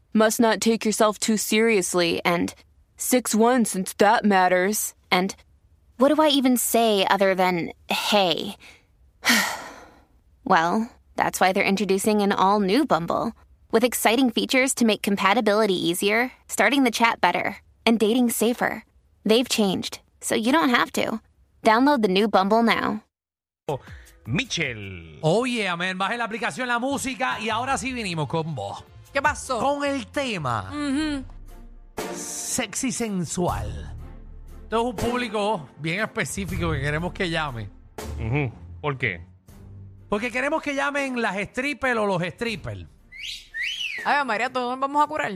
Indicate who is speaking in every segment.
Speaker 1: must not take yourself too seriously and 6 1 since that matters. And what do I even say other than hey? well, that's why they're introducing an all new Bumble with exciting features to make compatibility easier, starting the chat better, and dating safer. They've changed, so you don't have to. Download the new Bumble now.
Speaker 2: Michel.
Speaker 3: Oye, amén. Baje la aplicación, la música y ahora sí vinimos con vos.
Speaker 4: ¿Qué pasó?
Speaker 3: Con el tema sexy sensual. Esto es un público bien específico que queremos que llame.
Speaker 2: Ujú. ¿Por qué?
Speaker 3: Porque queremos que llamen las strippers o los strippers.
Speaker 4: Ay, María, todos nos vamos a curar.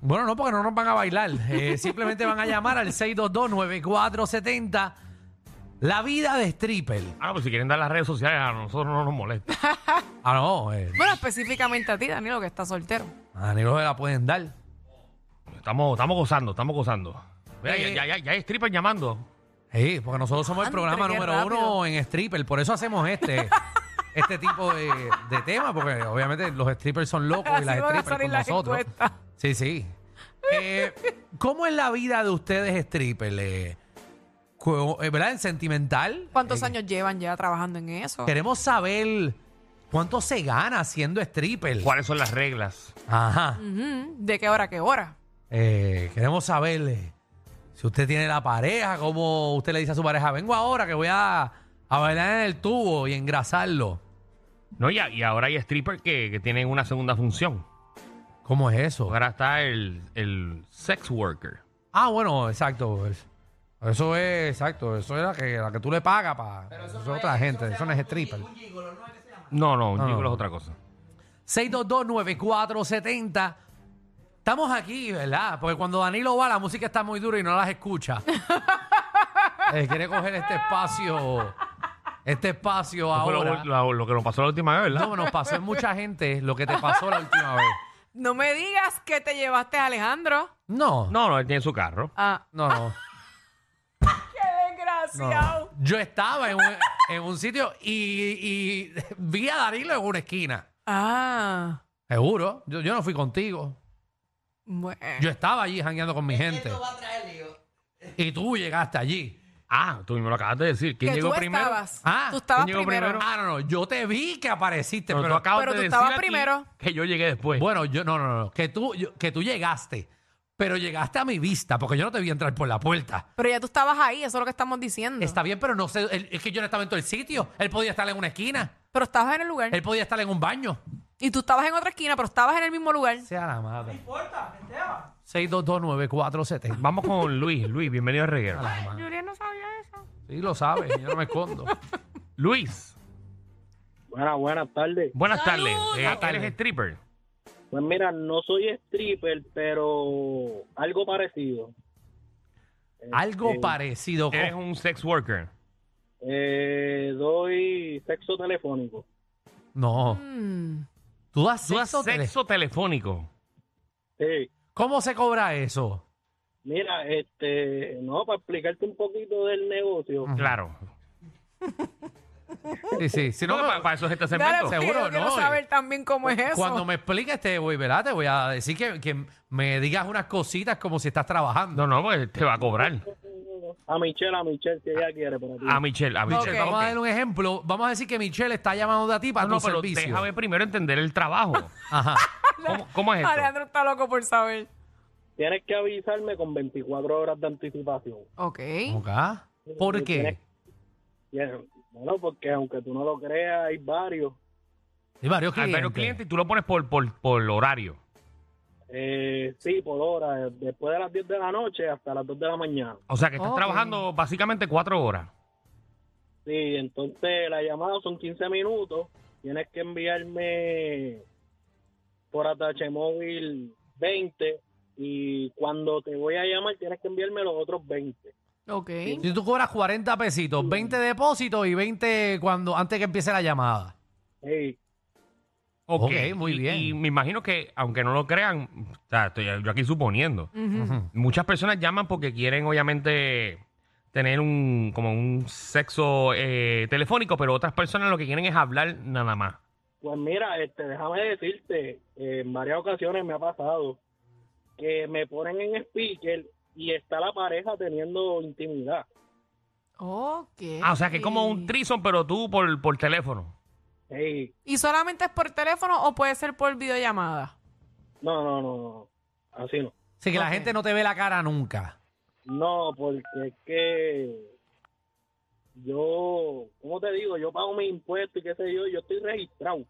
Speaker 3: Bueno, no, porque no nos van a bailar. Eh, simplemente van a llamar al 622-9470. La vida de stripper.
Speaker 2: Ah, pues si quieren dar las redes sociales, a nosotros no nos molesta.
Speaker 3: Ah, no. Eh,
Speaker 4: Bueno, específicamente a ti, Danilo, que está soltero.
Speaker 3: a Danilo se la pueden dar.
Speaker 2: Estamos, estamos gozando, estamos gozando. Mira,
Speaker 3: Eh.
Speaker 2: ya, ya, ya hay strippers llamando.
Speaker 3: Sí, porque nosotros somos el
Speaker 4: Andre,
Speaker 3: programa
Speaker 4: qué
Speaker 3: número uno
Speaker 4: rápido.
Speaker 3: en stripper, por eso hacemos este este tipo de, de tema, porque obviamente los strippers son locos y
Speaker 4: Así
Speaker 3: las
Speaker 4: van a
Speaker 3: strippers
Speaker 4: salir
Speaker 3: con
Speaker 4: las
Speaker 3: nosotros.
Speaker 4: encuestas.
Speaker 3: Sí, sí. Eh, ¿Cómo es la vida de ustedes stripper? Eh, cu- eh, ¿Verdad? ¿En sentimental?
Speaker 4: ¿Cuántos
Speaker 3: Eh,
Speaker 4: años llevan ya trabajando en eso?
Speaker 3: Queremos saber cuánto se gana siendo stripper.
Speaker 2: ¿Cuáles son las reglas?
Speaker 3: Ajá.
Speaker 4: Ujú, ¿Mm? ¿De qué hora a qué hora?
Speaker 3: Eh, queremos saber eh, si usted tiene la pareja, cómo usted le dice a su pareja, vengo ahora que voy a, a bailar en el tubo y engrasarlo.
Speaker 2: No, ya, y ahora hay strippers que, que tienen una segunda función.
Speaker 3: ¿Cómo es eso?
Speaker 2: Ahora está el, el sex worker.
Speaker 3: Ah, bueno, exacto. es- Eso es, exacto. Eso es la que, la que tú le pagas para. Eso, es otra gente. Eso no es stripper.
Speaker 2: No, no,
Speaker 3: No,
Speaker 2: digo
Speaker 3: no.
Speaker 2: es otra cosa.
Speaker 3: 6229470. Estamos aquí, ¿verdad? Porque cuando Danilo va, la música está muy dura y no las escucha. Eh, quiere coger este espacio. Este espacio
Speaker 2: Eso fue lo-
Speaker 3: ahora.
Speaker 2: lo, lo que nos pasó la última vez, ¿verdad?
Speaker 3: No, nos pasó en mucha gente lo que te pasó la última vez.
Speaker 4: No me digas que te llevaste a Alejandro.
Speaker 3: No.
Speaker 2: No, no, él tiene su carro.
Speaker 4: Ah,
Speaker 3: No, no.
Speaker 4: qué desgraciado.
Speaker 3: Yo estaba en un, en un sitio y, y vi a Danilo en una esquina.
Speaker 4: Ah,
Speaker 3: Seguro. Yo, yo no fui contigo.
Speaker 4: bueno.
Speaker 3: Yo estaba allí jangueando con mi gente. Y tú llegaste allí.
Speaker 2: Ah, tú mismo lo acabas de decir. ¿Quién
Speaker 4: que
Speaker 2: llegó
Speaker 4: tú
Speaker 2: primero?
Speaker 4: estabas.
Speaker 3: Ah,
Speaker 4: tú estabas
Speaker 2: ¿quién llegó
Speaker 4: primero.
Speaker 2: primero?
Speaker 3: Ah, no, no. Yo te vi que apareciste,
Speaker 2: No, tú
Speaker 3: pero.
Speaker 2: acabas
Speaker 4: Pero
Speaker 2: de
Speaker 4: tú
Speaker 2: decir
Speaker 4: estabas
Speaker 2: aquí
Speaker 4: primero.
Speaker 2: Que yo llegué después.
Speaker 3: Bueno, yo no, no, no. Que tú, yo- que tú llegaste. Pero llegaste a mi vista, porque yo no te vi entrar por la puerta.
Speaker 4: Pero ya tú estabas ahí, eso es lo que estamos diciendo.
Speaker 3: Está bien, pero no sé. él- Es que yo no estaba en todo el sitio. Él podía estar en una esquina.
Speaker 4: Pero estabas en el lugar.
Speaker 3: Él podía estar en un baño.
Speaker 4: Y tú estabas en otra esquina, pero estabas en el mismo lugar.
Speaker 3: Sea la madre. No importa, 6229470.
Speaker 2: Vamos con Luis. Luis, bienvenido a Reguero.
Speaker 4: Julián no sabía eso.
Speaker 3: Sí, lo sabes, yo no me escondo.
Speaker 2: Luis,
Speaker 5: Buenas, buenas tardes.
Speaker 2: buenas tardes. Eh, eres
Speaker 3: tardes.
Speaker 2: stripper.
Speaker 5: Pues mira, no soy stripper, pero algo parecido.
Speaker 3: Algo
Speaker 5: Este,
Speaker 3: parecido.
Speaker 2: Eres
Speaker 3: Con...
Speaker 2: un sex worker.
Speaker 5: eh, doy sexo telefónico.
Speaker 3: No.
Speaker 4: Mm.
Speaker 3: Tú das
Speaker 2: Tú das
Speaker 3: sexo. tele-
Speaker 2: sexo telefónico.
Speaker 5: Sí.
Speaker 3: ¿Cómo se cobra eso?
Speaker 5: Mira, este, no, para explicarte un poquito del negocio.
Speaker 2: Claro.
Speaker 3: Sí, sí. Si no,
Speaker 2: No,
Speaker 3: me-
Speaker 2: para, para eso es este
Speaker 4: Dale,
Speaker 2: segmento.
Speaker 4: porque
Speaker 3: Seguro
Speaker 4: yo quiero
Speaker 3: no, eh.
Speaker 4: saber también cómo es eso.
Speaker 3: cuando me expliques te voy, ¿verdad? Te voy a decir que, que me digas unas cositas como si estás
Speaker 2: No,
Speaker 3: trabajando.
Speaker 2: no, porque te va a cobrar.
Speaker 5: A Michelle, a Michelle, si ella quiere, para ti.
Speaker 2: A Michelle, a Michelle. Ah,
Speaker 3: Michelle,
Speaker 4: Ok.
Speaker 3: vamos a darle un ejemplo. Vamos a decir que Michelle está llamando a ti para
Speaker 2: No,
Speaker 3: tu
Speaker 2: pero
Speaker 3: servicio.
Speaker 2: déjame primero entender el trabajo.
Speaker 3: Ajá.
Speaker 2: ¿Cómo, cómo es esto?
Speaker 4: Alejandro está loco por saber.
Speaker 5: Tienes que avisarme con 24 horas de anticipación.
Speaker 4: Ok.
Speaker 3: Ok. ¿Por qué?
Speaker 5: Y, eh, Bueno, porque aunque tú no lo creas, hay varios.
Speaker 3: Hay varios
Speaker 2: Al
Speaker 3: clientes.
Speaker 2: varios clientes y tú lo pones por, por, por horario.
Speaker 5: Eh, sí, por hora, eh, después de las 10 de la noche hasta las 2 de la mañana.
Speaker 2: O sea que estás
Speaker 4: Ok.
Speaker 2: trabajando básicamente cuatro horas.
Speaker 5: Sí, entonces la llamada son 15 minutos. Tienes que enviarme por atache móvil 20 Y cuando te voy a llamar, tienes que enviarme los otros 20.
Speaker 4: Ok.
Speaker 3: Si tú cobras 40 pesitos, 20 depósitos y 20 cuando antes que empiece la llamada.
Speaker 5: Ey,
Speaker 3: Ok, muy
Speaker 2: y-
Speaker 3: bien.
Speaker 2: Y me imagino que, aunque no lo crean, o sea, estoy yo aquí suponiendo,
Speaker 4: Mm.
Speaker 2: muchas personas llaman porque quieren, obviamente, tener un como un sexo eh, telefónico, pero otras personas lo que quieren es hablar nada más.
Speaker 5: Pues mira, este, déjame decirte, eh, en varias ocasiones me ha pasado que me ponen en speaker y está la pareja teniendo intimidad.
Speaker 4: Ok.
Speaker 2: Ah, o sea, que es como un trison, pero tú por, por teléfono.
Speaker 5: Ey,
Speaker 4: ¿Y solamente es por teléfono o puede ser por videollamada?
Speaker 5: no, no, no, no, así no.
Speaker 3: Así que la
Speaker 4: Ok.
Speaker 3: gente no te ve la cara nunca.
Speaker 5: No, porque es que yo, ¿cómo te digo? Yo pago mis impuestos y qué sé yo, yo estoy registrado.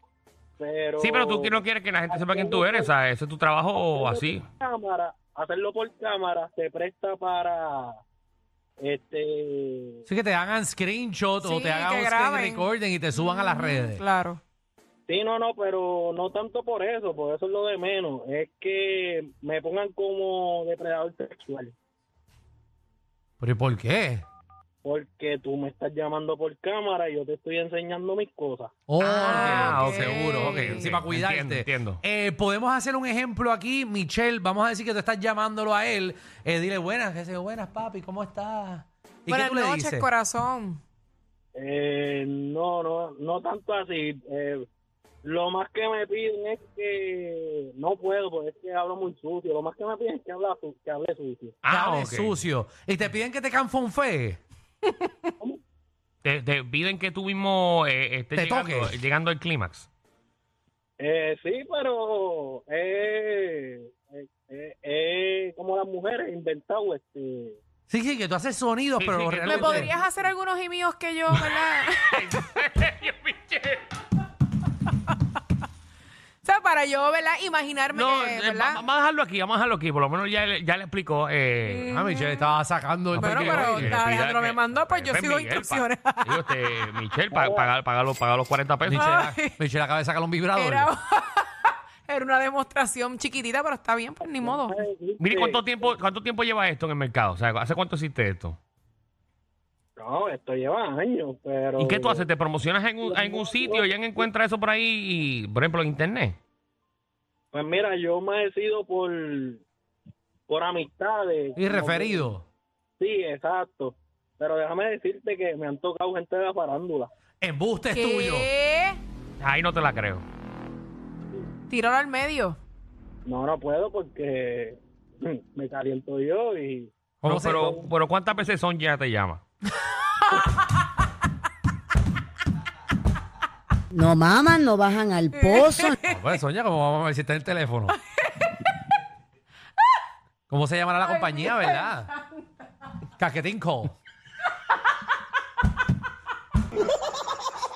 Speaker 5: Pero
Speaker 2: Sí, pero tú que no quieres que la gente sepa quién tú eres, o sea, ese es tu trabajo o así.
Speaker 5: cámara, hacerlo por cámara se presta para este
Speaker 3: Así que te hagan screenshot o
Speaker 4: Sí,
Speaker 3: te hagan
Speaker 4: que
Speaker 3: un
Speaker 4: graben.
Speaker 3: screen recording y te suban a las
Speaker 4: Mm,
Speaker 3: redes.
Speaker 4: Claro.
Speaker 5: Sí, no, no, pero no tanto por eso, por eso es lo de menos. Es que me pongan como depredador sexual,
Speaker 3: ¿Pero y por qué?
Speaker 5: porque tú me estás llamando por cámara y yo te estoy enseñando mis cosas.
Speaker 3: Oh,
Speaker 2: Ah,
Speaker 3: ok,
Speaker 2: ok.
Speaker 3: seguro, ok.
Speaker 4: Ok.
Speaker 3: Sí, para cuidarte.
Speaker 2: Entiendo, entiendo.
Speaker 3: Eh, Podemos hacer un ejemplo aquí, Michelle. Vamos a decir que tú estás llamándolo a él. Eh, dile buenas, que se buenas, papi, ¿cómo estás? ¿Y qué
Speaker 4: Buenas
Speaker 3: tú le
Speaker 4: noches,
Speaker 3: dices?
Speaker 4: corazón.
Speaker 5: Eh, no, no, no tanto así. Eh, lo más que me piden es que no puedo, porque es que hablo muy sucio. Lo más que me piden es que, habla, su- que hable sucio.
Speaker 3: Te
Speaker 2: Ah,
Speaker 3: hables
Speaker 2: ok.
Speaker 3: sucio. Y te piden que te canfonfee.
Speaker 2: Te, te piden que tú mismo eh, estés
Speaker 3: Te
Speaker 2: llegando,
Speaker 3: toques.
Speaker 2: llegando al clímax.
Speaker 5: Eh, sí, pero eh, eh, eh, eh, como las mujeres inventado este.
Speaker 3: Sí, sí, que tú haces sonidos,
Speaker 2: Sí,
Speaker 3: pero
Speaker 2: sí, que tú
Speaker 4: ¿Me
Speaker 3: realmente...
Speaker 2: Realmente.
Speaker 4: podrías hacer algunos gimidos que yo, verdad? o sea, para yo, ¿verdad? Imaginarme
Speaker 2: No,
Speaker 4: que,
Speaker 2: eh, va-
Speaker 4: ¿verdad?
Speaker 2: vamos a dejarlo aquí, vamos a dejarlo aquí. Por lo menos ya, le- ya le explicó. Eh,
Speaker 3: Ah, Michelle estaba sacando el
Speaker 2: Pues
Speaker 3: eh,
Speaker 4: Bueno,
Speaker 3: perfil.
Speaker 4: pero-
Speaker 3: Oye,
Speaker 4: Alejandro
Speaker 2: cuidado,
Speaker 4: me
Speaker 2: que-
Speaker 4: mandó, pues, yo
Speaker 2: Pepe
Speaker 4: sí doy
Speaker 2: Miguel,
Speaker 4: instrucciones.
Speaker 2: pa- Digo, este, Michelle, pa- paga, paga los- paga los 40 pesos.
Speaker 3: Michelle, Michelle acaba de sacar un vibrador.
Speaker 4: Ah. Era, era una demostración chiquitita, pero está bien, pues ni modo.
Speaker 2: Mire,
Speaker 5: este,
Speaker 2: ¿cuánto tiempo, ¿cuánto tiempo lleva esto en el mercado? O sea, ¿hace cuánto hiciste esto?
Speaker 5: No, esto lleva años, pero.
Speaker 2: ¿Y qué tú haces? ¿Te promocionas en un, en un sitio y ya encuentras eso por ahí, y, por ejemplo, en internet?
Speaker 5: Pues mira, yo me he sido por, por amistades.
Speaker 3: Y referido.
Speaker 5: Sí, exacto. Pero déjame decirte que me han tocado gente de la farándula.
Speaker 3: Embuste es tuyo.
Speaker 4: ¿Qué?
Speaker 2: Ahí no te la creo.
Speaker 4: Tíralo al medio.
Speaker 5: No, no puedo porque me caliento yo y
Speaker 3: ¿Cómo
Speaker 2: No,
Speaker 3: se-
Speaker 2: pero, pero ¿cuántas veces son ya te llama?
Speaker 6: No maman, no bajan al pozo.
Speaker 3: No, pues, Sonia, ¿cómo vamos a ver si está en el teléfono? ¿Cómo se llamará la compañía, verdad? Casquetín Call.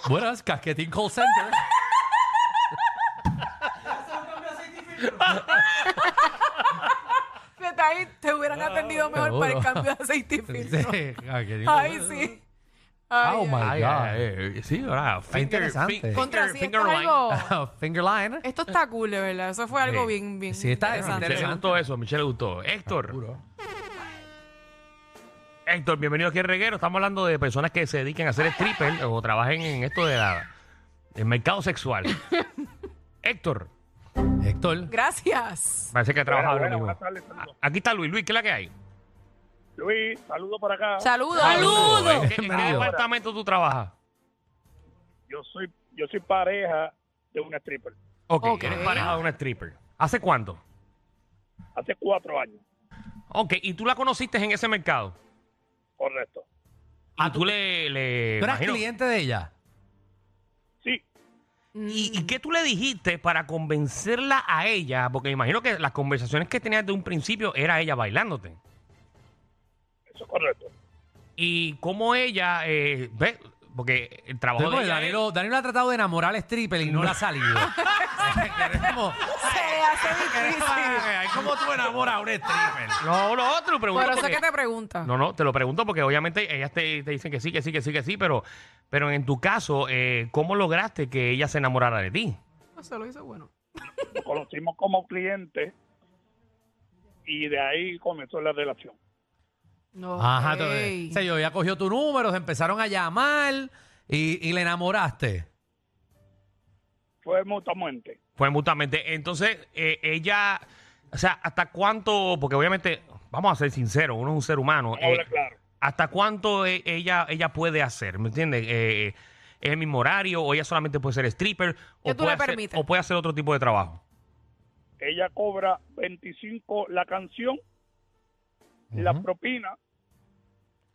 Speaker 3: Buenas, Casquetín Call Center.
Speaker 4: Desde ahí te hubieran atendido mejor para el
Speaker 3: seguro.
Speaker 4: cambio de aceite y filtro.
Speaker 3: Sí, Casquetín Call
Speaker 4: Ay, sí. Ay,
Speaker 3: Oh, my
Speaker 2: Ay,
Speaker 4: ay.
Speaker 3: God.
Speaker 2: ay, ay, eh, sí, ahora.
Speaker 3: interesante.
Speaker 4: Contra, sí, esto es
Speaker 2: line.
Speaker 4: algo...
Speaker 3: God. Finger line.
Speaker 4: Esto está cool, de verdad. Eso fue algo
Speaker 3: Sí.
Speaker 4: bien, bien
Speaker 3: Sí, está
Speaker 4: interesante.
Speaker 2: Michelle le gustó eso, Michelle le gustó. Héctor. Héctor, bienvenido aquí a Reguero. Estamos hablando de personas que se dediquen a ser stripper o trabajen en esto de la, del mercado sexual. Héctor,
Speaker 3: Héctor.
Speaker 4: Gracias.
Speaker 2: parece que ha trabajado
Speaker 5: Bueno,
Speaker 2: lo
Speaker 5: bueno,
Speaker 2: mismo.
Speaker 5: buenas tardes, saludos.
Speaker 2: A- Aquí está Luis. Luis, ¿qué es la que hay?
Speaker 5: Luis, saludo por acá.
Speaker 4: Saludos.
Speaker 2: ¿En qué- ¿En qué
Speaker 3: Bienvenido.
Speaker 2: departamento tú trabajas?
Speaker 5: Yo soy yo soy pareja de una stripper
Speaker 2: Ok,
Speaker 4: Ok.
Speaker 2: eres pareja de una stripper. ¿Hace cuánto?
Speaker 5: hace cuatro años,
Speaker 2: Ok, ¿y tú la conociste en ese mercado?
Speaker 5: correcto.
Speaker 2: ¿Y tú le, le
Speaker 3: ¿Tú eras
Speaker 2: imagino-
Speaker 3: cliente de ella?
Speaker 5: Sí,
Speaker 4: Mm.
Speaker 2: ¿Y,
Speaker 5: Mm.
Speaker 2: y qué tú le dijiste para convencerla a ella? Porque imagino que las conversaciones que tenías de un principio era ella bailándote.
Speaker 5: eso es correcto.
Speaker 2: Y cómo ella, eh, ve, porque el trabajo de
Speaker 3: Porque
Speaker 2: ella es-
Speaker 3: Danilo, Danilo ha tratado de enamorar al stripper y no, le ha salido. Queremos-
Speaker 4: Se hace difícil.
Speaker 3: Ay, ¿Cómo tú enamoras a un stripper?
Speaker 2: No, lo otro,
Speaker 4: Por
Speaker 2: pregunto.
Speaker 4: eso es
Speaker 2: porque-
Speaker 4: que te pregunta.
Speaker 2: No, no, te lo pregunto porque obviamente ellas te, te dicen que sí, que sí, que sí, que sí, pero, pero en tu caso, eh, ¿cómo lograste que ella se enamorara de ti?
Speaker 4: Eso lo hizo bueno.
Speaker 7: nos conocimos como clientes y de ahí comenzó la relación.
Speaker 3: Ajá,
Speaker 4: Ok.
Speaker 3: entonces, sé yo, ya cogió tu número, se empezaron a llamar y, y le enamoraste.
Speaker 7: Fue mutuamente.
Speaker 2: Fue Pues mutuamente. Entonces, eh, ella, o sea, ¿hasta cuánto? Porque obviamente, vamos a ser sinceros, uno es un ser humano.
Speaker 7: Habla
Speaker 2: eh,
Speaker 7: claro.
Speaker 2: ¿Hasta cuánto eh, ella, ella puede hacer? ¿Me entiendes? Eh, ¿Es el mismo horario o ella solamente puede ser stripper
Speaker 4: ¿Qué
Speaker 2: o
Speaker 4: tú
Speaker 2: puede,
Speaker 4: le
Speaker 2: hacer,
Speaker 4: permites?
Speaker 2: o puede hacer otro tipo de trabajo?
Speaker 7: Ella cobra 25 la canción, la propina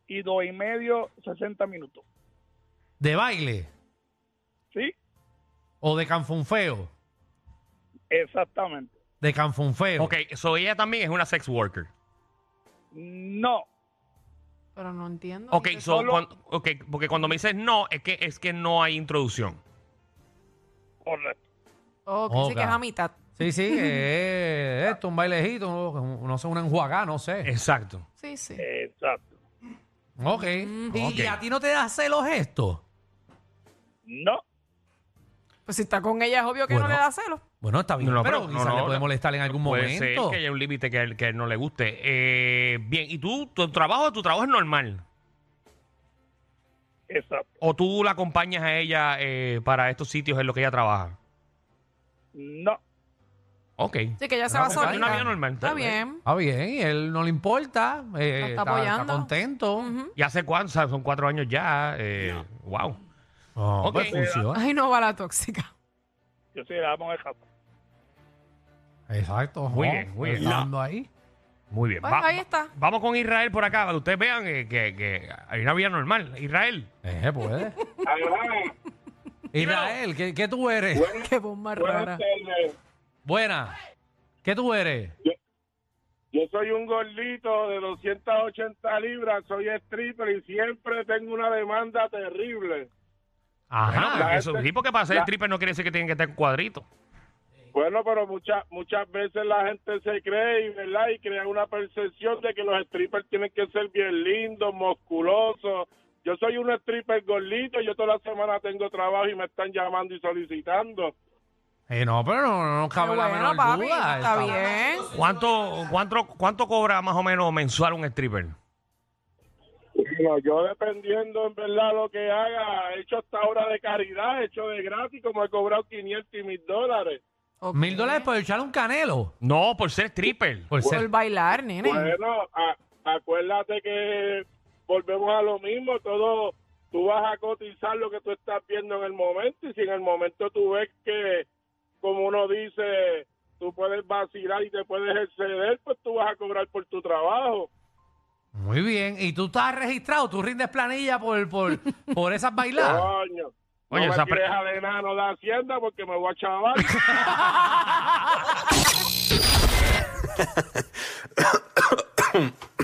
Speaker 7: y dos y medio, 60 minutos.
Speaker 3: ¿De baile
Speaker 7: ¿Sí?
Speaker 3: o de canfunfeo?
Speaker 7: Exactamente.
Speaker 3: De canfunfeo.
Speaker 2: Ok, so ella también es una sex worker.
Speaker 7: No,
Speaker 4: Pero no entiendo.
Speaker 2: Ok,
Speaker 4: Dice,
Speaker 2: so,
Speaker 7: solo-
Speaker 2: cuan- ok, porque cuando me dices no, es que, es que no hay introducción.
Speaker 7: correcto.
Speaker 4: Oh, que dice
Speaker 3: Oca.
Speaker 4: que es a mitad.
Speaker 3: Sí, sí, eh, esto, un bailejito, no, no sé, una enjuagada, no sé.
Speaker 2: Exacto.
Speaker 4: Sí, sí.
Speaker 7: Exacto.
Speaker 3: Ok. ¿Y,
Speaker 2: Ok.
Speaker 3: y a ti no te da celos esto?
Speaker 7: No,
Speaker 4: Pues si está con ella es obvio que
Speaker 3: Bueno.
Speaker 4: no le da celos.
Speaker 3: Bueno, está bien,
Speaker 2: No, no,
Speaker 3: pero,
Speaker 2: pero- no,
Speaker 3: quizás
Speaker 2: no,
Speaker 3: le puede
Speaker 2: no.
Speaker 3: molestar en algún
Speaker 2: Puede ser
Speaker 3: momento.
Speaker 2: que haya un límite que, a él- que a él no le guste. Eh, bien, ¿y tú, tu trabajo, tu trabajo es normal?
Speaker 7: exacto.
Speaker 2: ¿O tú la acompañas a ella eh, para estos sitios en los que ella trabaja?
Speaker 7: No,
Speaker 2: Ok.
Speaker 4: Sí, que ella se
Speaker 3: No,
Speaker 4: va
Speaker 3: pues,
Speaker 4: solita.
Speaker 3: hay una vida
Speaker 2: normal,
Speaker 4: Está
Speaker 2: tal vez.
Speaker 4: bien.
Speaker 3: Ah, bien, y él no le importa, eh,
Speaker 4: Lo
Speaker 3: está,
Speaker 4: está
Speaker 3: está
Speaker 4: apoyando.
Speaker 3: contento.
Speaker 2: ¿Y hace cuánto? O sea, Son cuatro años ya. eh, Wow.
Speaker 3: Ah,
Speaker 2: Ok.
Speaker 3: pues funciona.
Speaker 4: Ay, no va la tóxica.
Speaker 7: yo soy la mujer casada.
Speaker 3: Exacto.
Speaker 2: Muy
Speaker 3: ¿no?
Speaker 2: bien, muy bien.
Speaker 3: Estando ahí.
Speaker 2: Muy bien.
Speaker 4: Bueno,
Speaker 2: Va-
Speaker 4: ahí está.
Speaker 2: Vamos con Israel por acá, para que ustedes vean eh, que, que hay una vida normal. Israel.
Speaker 3: Eh, puede.
Speaker 5: Ajá.
Speaker 3: Israel, ¿qué, qué tú eres?
Speaker 4: Qué bomba rara.
Speaker 5: Buenas tardes.
Speaker 3: Buena. ¿Qué tú eres?
Speaker 5: Yo soy un gordito de 280 libras, soy stripper y siempre tengo una demanda terrible.
Speaker 2: Ajá.
Speaker 5: Bueno, la
Speaker 2: eso,
Speaker 5: gente-
Speaker 2: sí, porque para ser
Speaker 5: la-
Speaker 2: stripper no quiere decir que tienen que estar en cuadrito.
Speaker 5: Bueno, pero muchas muchas veces la gente se cree, y, ¿verdad? Y crea una percepción de que los strippers tienen que ser bien lindos, musculosos. Yo soy un stripper gordito, yo toda la semana tengo trabajo y me están llamando y solicitando.
Speaker 3: Eh, no, pero no, no nos cabe
Speaker 4: Qué
Speaker 3: la
Speaker 4: bueno,
Speaker 3: menor
Speaker 4: papi,
Speaker 3: duda.
Speaker 4: Está
Speaker 3: Estamos-
Speaker 4: bien.
Speaker 2: ¿Cuánto, cuánto, ¿Cuánto cobra más o menos mensual un stripper?
Speaker 5: Bueno, yo dependiendo en verdad lo que haga, he hecho hasta ahora de caridad, he hecho de gratis, como he cobrado 500 y mil dólares.
Speaker 4: Ok.
Speaker 3: Mil dólares por echarle un canelo.
Speaker 2: No, por ser stripper.
Speaker 3: Por
Speaker 4: Por
Speaker 3: ser.
Speaker 4: bailar, nene.
Speaker 5: Bueno, a- acuérdate que volvemos a lo mismo, todo, tú vas a cotizar lo que tú estás viendo en el momento y si en el momento tú ves que, como uno dice, tú puedes vacilar y te puedes exceder, pues tú vas a cobrar por tu trabajo.
Speaker 3: Muy bien. ¿Y tú estás registrado? ¿Tú rindes planilla por, por, por esas bailadas?
Speaker 5: Coño.
Speaker 2: Oye,
Speaker 5: no
Speaker 2: esa
Speaker 5: me
Speaker 2: pre-
Speaker 5: tires al enano de Hacienda porque me voy a chaval.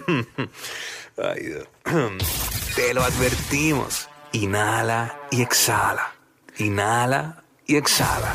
Speaker 8: Ay, Dios. Te lo advertimos. Inhala y exhala. Inhala y exhala.